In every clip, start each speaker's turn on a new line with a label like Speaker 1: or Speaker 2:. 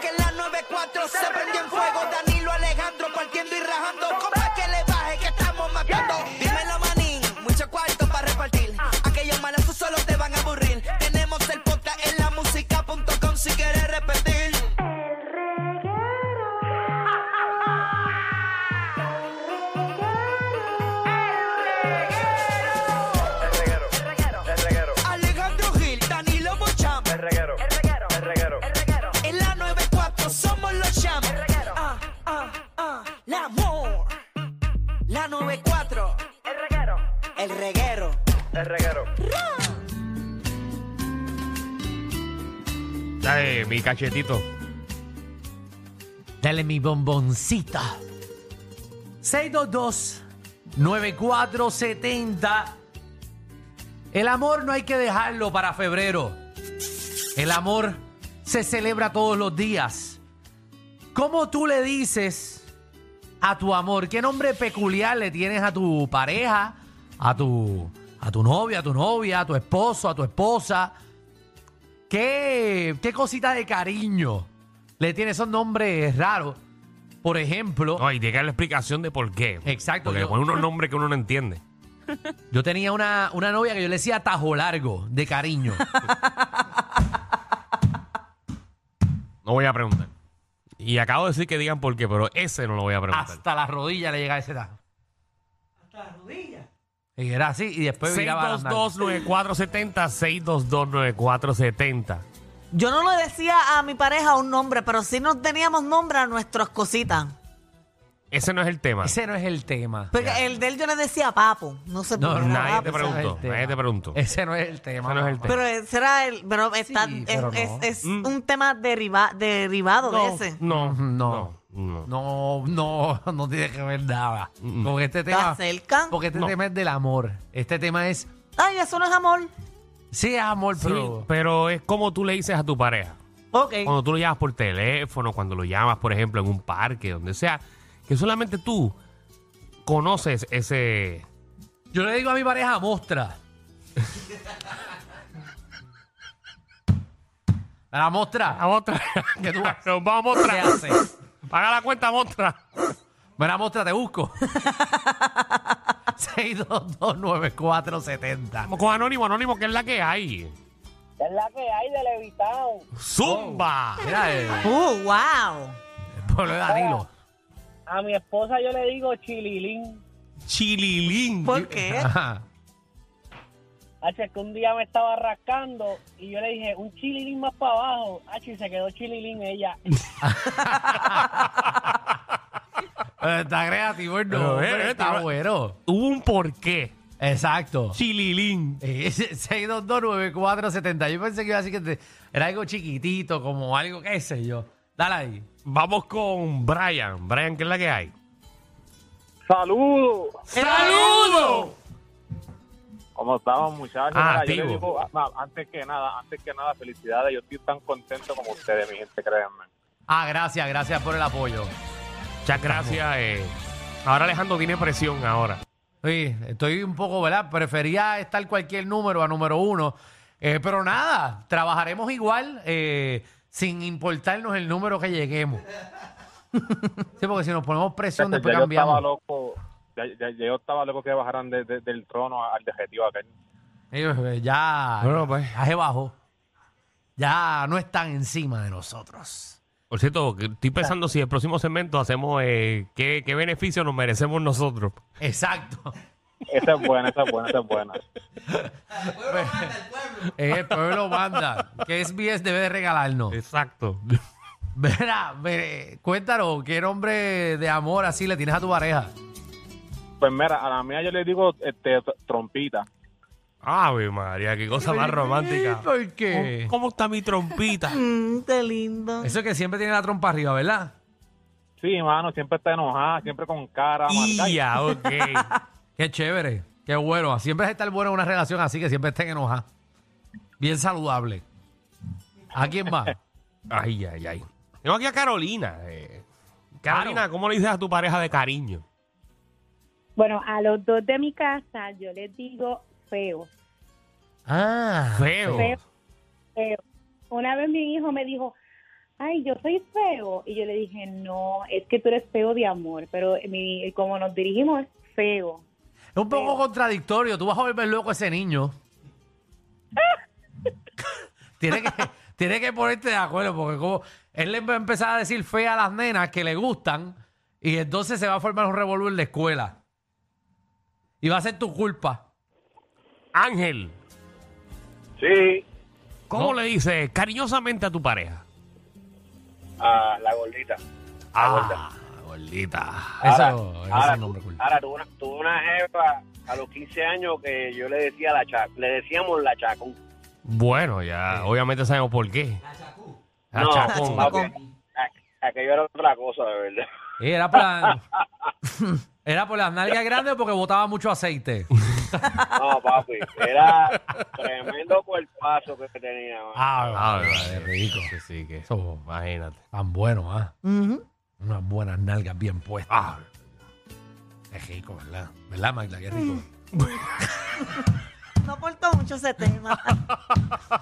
Speaker 1: que en la 94 se prendió en fuego. Danilo Alejandro partiendo y rajando. Compa que le baje que estamos matando. Dímelo manín, mucho cuarto para repartir.
Speaker 2: Ah.
Speaker 1: Aquellos malazos solo te van a aburrir. Tenemos el podcast en la música.com si quieres repetir.
Speaker 2: Mm. El reguero. El reguero.
Speaker 1: Alejandro Gil, Danilo Bocham.
Speaker 2: El reguero. El reguero. El reguero.
Speaker 1: En la 94 somos los champs. Ah, ah, ah, la amor. La 94,
Speaker 2: El reguero.
Speaker 1: el reguero.
Speaker 2: El reguero.
Speaker 3: Dale, mi cachetito.
Speaker 4: Dale mi bomboncito. 622-9470. El amor no hay que dejarlo para febrero. El amor se celebra todos los días. ¿Cómo tú le dices a tu amor? ¿Qué nombre peculiar le tienes a tu pareja? A tu, a tu novia, a tu novia, a tu esposo, a tu esposa. ¿Qué, qué cosita de cariño le tiene esos nombres raros? Por ejemplo,
Speaker 3: No, y tiene que dar la explicación de por qué.
Speaker 4: Exacto,
Speaker 3: Porque
Speaker 4: yo-
Speaker 3: pone unos nombres que uno no entiende.
Speaker 4: yo tenía una, una novia que yo le decía tajo largo, de cariño.
Speaker 3: No voy a preguntar. Y acabo de decir que digan por qué, pero ese no lo voy a preguntar.
Speaker 4: Hasta la rodilla le llegaba ese tajo. Hasta la rodilla. Y era así, y después miraba.
Speaker 3: 622-9470, 622-9470.
Speaker 5: Yo no le decía a mi pareja un nombre, pero sí nos teníamos nombre a nuestras cositas.
Speaker 3: Ese no es el tema.
Speaker 4: Ese no es el tema.
Speaker 5: Porque el de él yo le decía papo. No sé por qué.
Speaker 3: nadie
Speaker 5: era
Speaker 3: te
Speaker 5: papo,
Speaker 3: preguntó.
Speaker 5: ¿sabes?
Speaker 4: Ese no es el
Speaker 3: nadie te preguntó.
Speaker 4: Ese no es el tema.
Speaker 3: Ese no es el
Speaker 4: mamá.
Speaker 3: tema.
Speaker 5: Pero ese era el. Pero está,
Speaker 4: Sí,
Speaker 5: es,
Speaker 4: pero
Speaker 5: es-
Speaker 4: no.
Speaker 5: es un tema deriva- derivado de ese.
Speaker 3: Mm. No,
Speaker 4: No.
Speaker 3: no, no.
Speaker 4: No, no, no tiene que ver nada.
Speaker 3: Mm-mm.
Speaker 4: Con este
Speaker 5: Está
Speaker 4: tema.
Speaker 5: cerca.
Speaker 4: Porque este
Speaker 3: No.
Speaker 4: tema es del amor. Este tema es.
Speaker 5: Ay, eso no es amor.
Speaker 4: Sí, es amor,
Speaker 3: Sí,
Speaker 4: pero.
Speaker 3: pero es como tú le dices a tu pareja.
Speaker 5: Ok.
Speaker 3: Cuando tú lo llamas por teléfono, cuando lo llamas, por ejemplo, en un parque, donde sea, que solamente tú conoces ese...
Speaker 4: Yo le digo a mi pareja mostra. La mostra.
Speaker 3: A otra.
Speaker 4: Que tú-
Speaker 3: Nos vamos a
Speaker 4: ¿Qué
Speaker 3: otra.
Speaker 4: haces?
Speaker 3: Paga la cuenta, mostra.
Speaker 4: Mira, mostra, te busco. 6229470.
Speaker 3: Vamos con Anónimo, Anónimo, que es la que hay.
Speaker 6: Es la que hay de Levitown.
Speaker 3: ¡Zumba!
Speaker 4: Mira, el,
Speaker 5: Uh, wow.
Speaker 4: el pueblo de Danilo.
Speaker 6: A mi esposa yo le digo chililín.
Speaker 3: Chililín.
Speaker 5: ¿Por qué?
Speaker 4: Ajá.
Speaker 6: H, que un día me estaba rascando y yo le dije, un chililín más para abajo. H, y se quedó chililín ella.
Speaker 4: Pero Está creativo el
Speaker 3: Pero,
Speaker 4: nombre,
Speaker 3: eh, eh,
Speaker 4: está
Speaker 3: te-
Speaker 4: bueno.
Speaker 3: Hubo un porqué.
Speaker 4: Exacto.
Speaker 3: Chililín.
Speaker 4: Eh, 6229470. Yo pensé que iba a decir que te- era algo chiquitito, como algo, qué sé yo. Dale ahí.
Speaker 3: Vamos con Brian. Brian, ¿qué es la que hay?
Speaker 7: Saludos.
Speaker 3: ¡Saludo!
Speaker 7: ¿Cómo estamos, muchachos?
Speaker 3: Ah,
Speaker 7: Mira, yo
Speaker 3: activo.
Speaker 7: les digo, ah, no, antes que nada, antes que nada, felicidades. Yo estoy tan contento como ustedes, mi gente, créanme.
Speaker 4: Ah, gracias, gracias por el apoyo.
Speaker 3: Muchas gracias. eh. Ahora Alejandro tiene presión ahora.
Speaker 4: Sí, estoy un poco, ¿verdad? Prefería estar cualquier número a número uno. Eh, pero nada, trabajaremos igual eh, sin importarnos el número que lleguemos. sí, porque si nos ponemos presión,
Speaker 7: Este, Ya
Speaker 4: después
Speaker 7: yo estaba
Speaker 4: cambiamos.
Speaker 7: loco, ya, ya- ya yo estaba loco que bajaran de- de- del trono al dejetivo aquel.
Speaker 4: Eh, ya,
Speaker 3: Bueno, pues.
Speaker 4: ya se bajó. Ya no están encima de nosotros.
Speaker 3: Por cierto, que estoy pensando si el próximo segmento hacemos eh, qué, qué beneficio nos merecemos nosotros.
Speaker 4: Exacto.
Speaker 7: Esa es buena, esa es buena, esa es buena.
Speaker 4: Eh, el pueblo manda. Que SBS debe de regalarnos.
Speaker 3: Exacto.
Speaker 4: Verá, veré, cuéntanos, ¿qué nombre de amor así le tienes a tu pareja?
Speaker 7: Pues mira, a la mía yo le digo este, tr- trompita.
Speaker 3: Ave María, qué cosa más romántica.
Speaker 4: ¿Por qué?
Speaker 3: ¿Cómo, cómo está mi trompita?
Speaker 5: Mm, qué lindo.
Speaker 4: Eso es que siempre tiene la trompa arriba, ¿verdad?
Speaker 7: Sí, mano, siempre está enojada, siempre con cara. marcada.
Speaker 3: Ya, ok.
Speaker 4: Qué chévere, qué bueno. Siempre es estar bueno en una relación así que siempre estén enojadas. Bien saludable. ¿A quién más?
Speaker 3: Ay, ay, ay. Tengo aquí a Carolina. eh. Carolina, ¿cómo le dices a tu pareja de cariño?
Speaker 8: Bueno, a los dos de mi casa yo les digo feo,
Speaker 4: Ah,
Speaker 3: Feo.
Speaker 8: Feo. feo. Una vez mi hijo me dijo, ay, yo soy feo. Y yo le dije, no, es que tú eres feo de amor, pero mi, como nos dirigimos es feo.
Speaker 4: Es un poco contradictorio. Tú vas a volver loco a ese niño. tiene, que, tiene que ponerte de acuerdo porque como él le va a empezar a decir fea a las nenas que le gustan y entonces se va a formar un revolver en la escuela. Y va a ser tu culpa.
Speaker 3: Ángel,
Speaker 7: Sí,
Speaker 3: ¿cómo
Speaker 4: No.
Speaker 3: le dices cariñosamente a tu pareja?
Speaker 7: a la gordita.
Speaker 3: Ah, gordita.
Speaker 4: Eso ese es
Speaker 9: Ahora,
Speaker 4: el nombre cool.
Speaker 9: ahora tuve, una, tuve una jefa a los 15 años que yo le decía la cha- le decíamos la chacón.
Speaker 3: Bueno, ya, obviamente sabemos por qué. La
Speaker 9: No,
Speaker 3: Chacón.
Speaker 9: papi, aqu- aquello era otra cosa, de verdad.
Speaker 4: Y Era por, la- era por las nalgas grandes o porque botaba mucho aceite.
Speaker 9: No, papi, era tremendo cuerpazo que tenía. mano.
Speaker 3: Ah,
Speaker 4: Ave María, rico.
Speaker 3: Sí, sí, que
Speaker 4: Eso,
Speaker 3: imagínate.
Speaker 4: tan bueno, ¿ah?
Speaker 5: Ujú.
Speaker 4: Unas buenas nalgas bien puestas.
Speaker 3: Ah,
Speaker 4: Es rico, ¿verdad? ¿Verdad, Magda? Qué rico.
Speaker 5: No aporto mucho ese tema.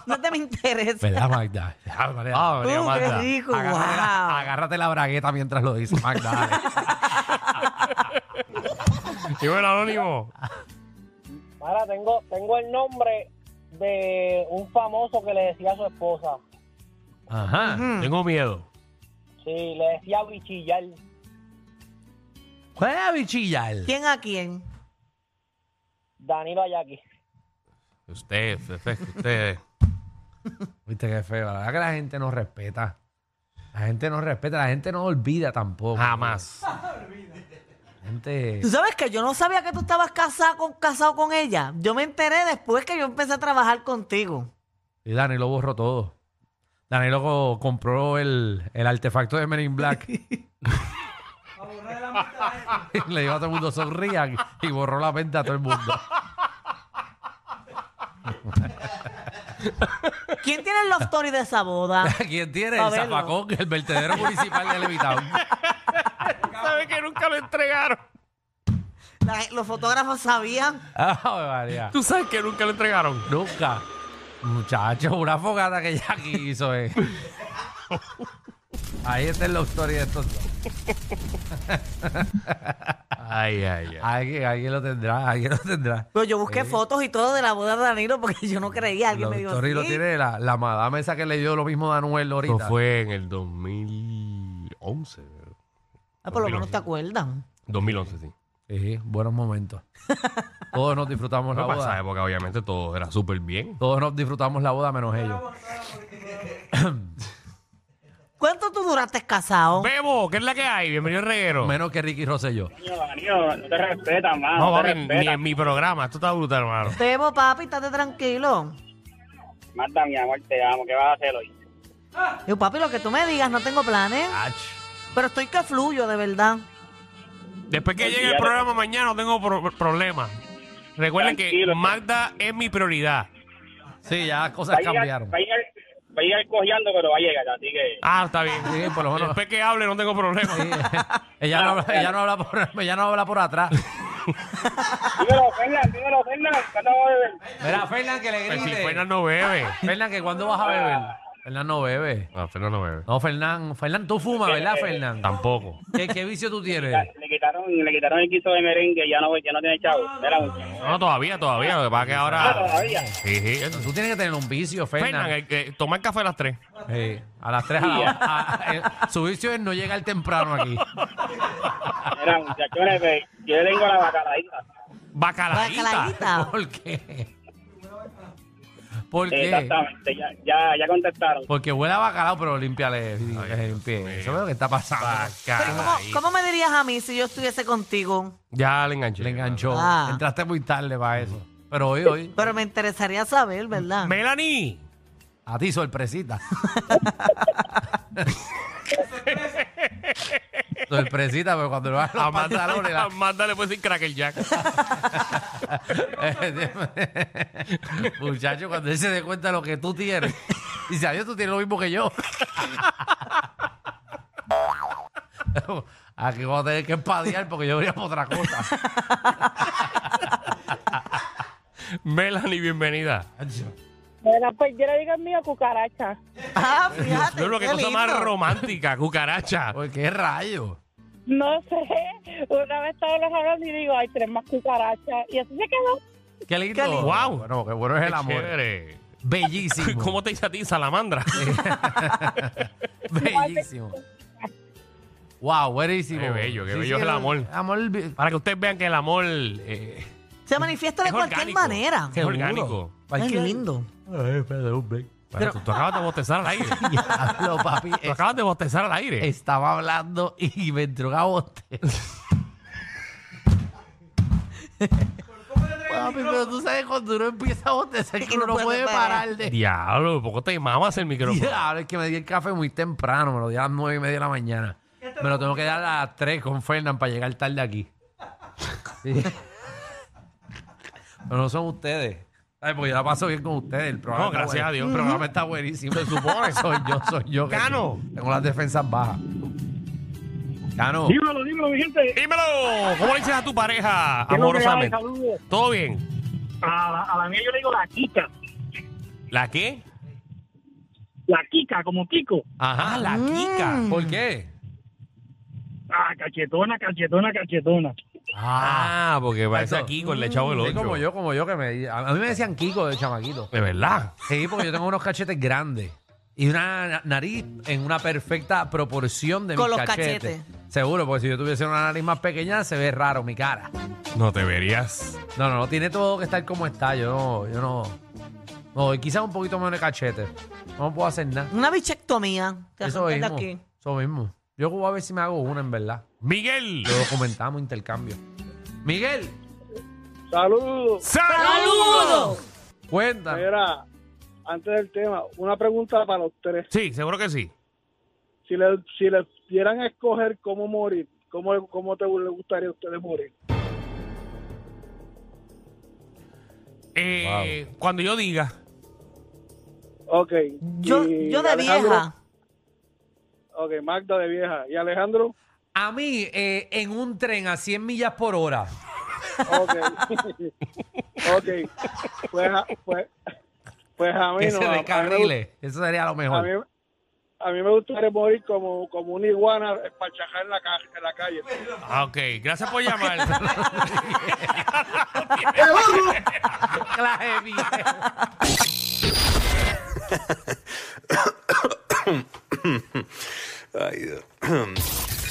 Speaker 5: no te me interesa.
Speaker 4: ¿Verdad, Magda? Ave María.
Speaker 3: ah, María
Speaker 5: Uh, qué
Speaker 3: Magda.
Speaker 5: rico,
Speaker 4: Agárrate,
Speaker 5: wow.
Speaker 4: la, agárrate la bragueta mientras lo dice Magda. dale.
Speaker 3: Dime el anónimo.
Speaker 6: Ahora tengo, tengo el nombre de un famoso que le decía a su esposa.
Speaker 4: Ajá.
Speaker 3: Tengo miedo.
Speaker 6: Sí, le decía bichillar.
Speaker 4: ¿Cuál es la bichillar?
Speaker 5: ¿Quién a quién?
Speaker 6: Danilo Ayaki.
Speaker 3: Usted, usted, usted.
Speaker 4: Viste qué feo. La verdad que la gente no respeta. La gente no respeta. La gente no olvida tampoco.
Speaker 3: Jamás.
Speaker 4: La gente...
Speaker 5: Tú sabes que yo no sabía que tú estabas casado con, casado con ella. Yo me enteré después que yo empecé a trabajar contigo.
Speaker 4: Y Danilo borró todo. Danilo co- compró el, el artefacto de Men in Black. Y le dijo a todo el mundo sonrían y borró la mente a todo el mundo.
Speaker 5: ¿Quién tiene el love story de esa boda?
Speaker 4: ¿Quién tiene
Speaker 5: Pa'
Speaker 4: el
Speaker 5: verlo.
Speaker 4: zapacón? El vertedero municipal de Levitown.
Speaker 3: ¿Sabe que nunca lo entregaron?
Speaker 5: La- los fotógrafos sabían.
Speaker 4: Ave María.
Speaker 3: ¿Tú sabes que nunca lo entregaron?
Speaker 4: Nunca. Muchachos, una fogata que Jackie hizo. eh. Ahí está el love story de estos dos.
Speaker 3: Ay, ay, ay.
Speaker 4: Alguien, alguien lo tendrá, alguien lo tendrá.
Speaker 5: Pero yo busqué fotos y todo de la boda de Danilo porque yo no creía. Alguien
Speaker 4: Love
Speaker 5: me dijo,
Speaker 4: story lo
Speaker 5: "Sí".
Speaker 4: tiene la, la madame esa que le dio lo mismo a Anuel ahorita.
Speaker 3: Eso fue en el 2011. ¿verdad?
Speaker 5: Ah, por lo menos te acuerdan.
Speaker 3: 2011, sí.
Speaker 4: Sí, buenos momentos. Todos nos disfrutamos la
Speaker 3: No, para esa
Speaker 4: boda.
Speaker 3: época, obviamente, todo era súper bien.
Speaker 4: Todos nos disfrutamos la boda menos ellos.
Speaker 5: ¿Cuánto tú duraste casado?
Speaker 3: Bebo, ¿qué es la que hay? Bienvenido al reguero.
Speaker 4: Menos que Ricky Rosselló.
Speaker 9: Coño, Danilo, no te respetas, mano.
Speaker 3: No,
Speaker 9: No, te
Speaker 3: papi, ni
Speaker 9: respetas.
Speaker 3: en mi programa. Esto está brutal, hermano.
Speaker 5: Bebo, papi, estate tranquilo.
Speaker 3: em-
Speaker 9: Marta, mi amor, te amo. ¿Qué vas a hacer hoy?
Speaker 5: Yo, papi, lo que tú me digas, no tengo planes.
Speaker 4: Ach.
Speaker 5: Pero estoy que fluyo, de verdad.
Speaker 3: Después que llegue el programa mañana, no tengo pro- problema. Recuerden que
Speaker 9: Tranquilo.
Speaker 3: Magda es mi prioridad.
Speaker 4: Sí, ya las cosas
Speaker 9: Va a llegar,
Speaker 4: cambiaron.
Speaker 9: va a llegar, va a llegar cojeando, pero va a llegar, así que...
Speaker 3: Ah, está bien.
Speaker 4: Sí, por lo menos-
Speaker 3: Después que hable, no tengo problema.
Speaker 4: Sí. ella, no habla, ella, no habla por, ella no habla por atrás.
Speaker 9: Dímelo, Fernan, dímelo, Fernan. ¿Cuándo vas a beber?
Speaker 4: Mira, Fernán, que le
Speaker 3: Pues si
Speaker 4: grite.
Speaker 3: Fernan no bebe.
Speaker 4: Fernán, que cuándo vas a beber. Fernán no bebe.
Speaker 3: No, Fernan no bebe.
Speaker 4: No, Fernán, Fernán, tú fumas, ¿verdad, Fernán?
Speaker 3: Tampoco.
Speaker 4: ¿Qué, qué vicio tú tienes?
Speaker 9: Le quitaron, le quitaron el quiso de merengue, ya no, ya no tiene chavo. Mira, muchacho.
Speaker 3: No, todavía, todavía. Lo que pasa es que ahora.
Speaker 9: Ah, todavía.
Speaker 3: Sí, sí. eso.
Speaker 4: Tú tienes que tener un vicio,
Speaker 3: Fernan,
Speaker 4: Fernán.
Speaker 3: eh, eh, tomar café a las 3.
Speaker 4: Sí, a las 3 a la a- a- Su vicio es no llegar temprano aquí.
Speaker 9: Mira, muchachones, ve, yo le tengo la bacalaíta.
Speaker 3: Bacalaíta.
Speaker 5: Bacalaíta.
Speaker 4: ¿Por qué? ¿Por
Speaker 9: Eh,
Speaker 4: qué?
Speaker 9: Exactamente, ya, ya, ya contestaron.
Speaker 4: Porque huele a bacalao, pero límpiale. límpiale, límpiale. Eso es lo que está pasando.
Speaker 5: Pero, ¿cómo,
Speaker 3: Bacalaíta.
Speaker 5: cómo me dirías a mí si yo estuviese contigo?
Speaker 3: Ya le enganché.
Speaker 4: Le enganchó.
Speaker 5: Ah.
Speaker 4: Entraste muy tarde para eso. Pero hoy, hoy,
Speaker 5: Pero me interesaría saber, ¿verdad?
Speaker 3: Melanie.
Speaker 4: a ti sorpresita. sorpresita, pero cuando le bajan los
Speaker 3: A Amanda,
Speaker 4: pantalones...
Speaker 3: a
Speaker 4: la-
Speaker 3: Amanda le puede decir pues, Cracker Jack.
Speaker 4: Muchacho, cuando él se dé cuenta de lo que tú tienes, dice, adiós, tú tienes lo mismo que yo. Aquí vamos a tener que espadear porque yo vería otra cosa.
Speaker 3: Melanie, bienvenida.
Speaker 8: Bueno, pues yo le digo el mío cucaracha.
Speaker 5: Ah, fíjate.
Speaker 3: No es lo que
Speaker 5: qué
Speaker 3: cosa más
Speaker 5: lindo.
Speaker 3: romántica, cucaracha.
Speaker 4: Oye, pues, qué rayo.
Speaker 8: No sé, una vez todos los hablando y digo, hay tres más cucarachas. Y así se quedó.
Speaker 4: Qué lindo.
Speaker 5: Qué lindo.
Speaker 3: Guau.
Speaker 4: Bueno, qué bueno es el
Speaker 3: Qué
Speaker 4: amor.
Speaker 3: chévere.
Speaker 4: Bellísimo.
Speaker 3: ¿Cómo te dice a ti, salamandra?
Speaker 4: Bellísimo. Wow, buenísimo.
Speaker 3: Qué bello, qué bello es el amor.
Speaker 4: amor vi-
Speaker 3: Para que ustedes vean que el amor eh,
Speaker 5: Se manifiesta de
Speaker 3: es
Speaker 5: cualquier
Speaker 3: orgánico.
Speaker 5: manera.
Speaker 3: Es orgánico.
Speaker 5: Es
Speaker 4: Cualquier-
Speaker 5: lindo.
Speaker 4: Ay, espérate, un break.
Speaker 3: Pero, tú, tú acabas de bostezar al aire.
Speaker 4: Diablo, papi.
Speaker 3: Tú acabas de bostezar al aire.
Speaker 4: Estaba hablando y me entró un abote. Papi, pero tú sabes cuando uno empieza a bostezar
Speaker 5: Y
Speaker 4: que uno no puede parar de...
Speaker 3: Diablo, ¿por qué te mamas el micrófono?
Speaker 4: Diablo, es que me di el café muy temprano, me lo di a las nueve y media de la mañana. Me lo tengo que dar a las tres con Fernán para llegar tarde aquí. Sí. Pero no son ustedes. Ay, porque yo la paso bien con ustedes. El programa
Speaker 3: No,
Speaker 4: está
Speaker 3: gracias
Speaker 4: bueno.
Speaker 3: a Dios.
Speaker 4: El programa está buenísimo. Se supone. soy yo, soy yo. que
Speaker 3: Cano.
Speaker 4: Tengo las defensas bajas. Cano.
Speaker 9: Dímelo, dímelo, mi gente.
Speaker 3: Dímelo, ¿cómo le dices a tu pareja
Speaker 9: ¿Qué es lo que hay?
Speaker 3: amorosamente?
Speaker 9: Saludos.
Speaker 3: ¿Todo bien?
Speaker 9: A la, a la mía yo le digo la Kika.
Speaker 3: ¿La qué?
Speaker 9: La Kika, como Kiko.
Speaker 3: Ajá, la Kika.
Speaker 4: Mm. ¿Por qué?
Speaker 9: Ah, cachetona, cachetona, cachetona.
Speaker 3: Ah, porque parece
Speaker 4: Exacto.
Speaker 3: aquí con el chavo del
Speaker 4: Sí,
Speaker 3: 8.
Speaker 4: como yo, como yo, que me... A a mí me decían Kiko de chamaquito.
Speaker 3: De verdad.
Speaker 4: Sí, porque yo tengo unos cachetes grandes y una na- nariz en una perfecta proporción de
Speaker 5: Con
Speaker 4: mis
Speaker 5: los
Speaker 4: cachetes.
Speaker 5: cachetes.
Speaker 4: Seguro, porque si yo tuviese una nariz más pequeña se ve raro mi cara.
Speaker 3: No te verías.
Speaker 4: No, no, no tiene todo que estar como está. Yo no, yo no. No, y quizás un poquito menos de cachete. No puedo hacer nada.
Speaker 5: Una bichectomía. Te
Speaker 4: Eso
Speaker 5: arrancas
Speaker 4: mismo.
Speaker 5: de aquí.
Speaker 4: Eso mismo. Yo voy a ver si me hago una en verdad.
Speaker 3: Miguel.
Speaker 4: Lo documentamos, intercambio. Miguel,
Speaker 7: Saludos.
Speaker 3: ¡Saludos!
Speaker 4: cuéntame.
Speaker 7: Mira, antes del tema, una pregunta para los tres.
Speaker 3: Sí, seguro que sí.
Speaker 7: Si le, si le dieran a escoger cómo morir, ¿cómo, cómo te le gustaría a ustedes morir?
Speaker 3: Eh, Cuando yo diga,
Speaker 7: Ok.
Speaker 5: Yo,
Speaker 7: y
Speaker 5: yo de
Speaker 7: Alejandro-
Speaker 5: vieja.
Speaker 7: Ok, Magda de vieja. ¿Y Alejandro?
Speaker 4: A mí, eh, en un tren a 100 millas por hora.
Speaker 7: Ok. ok. Pues, a- pues, pues a mí
Speaker 4: Que
Speaker 7: no.
Speaker 4: se
Speaker 7: a- a mí me gust-
Speaker 4: descarrile. Eso sería lo
Speaker 7: A
Speaker 4: mejor.
Speaker 7: mí, a mí me gustaría morir como, como una iguana espachajada en la, ca- en la calle.
Speaker 3: Ah, ok, gracias por llamar.
Speaker 4: Clase de mierda.
Speaker 10: Ay, Dios.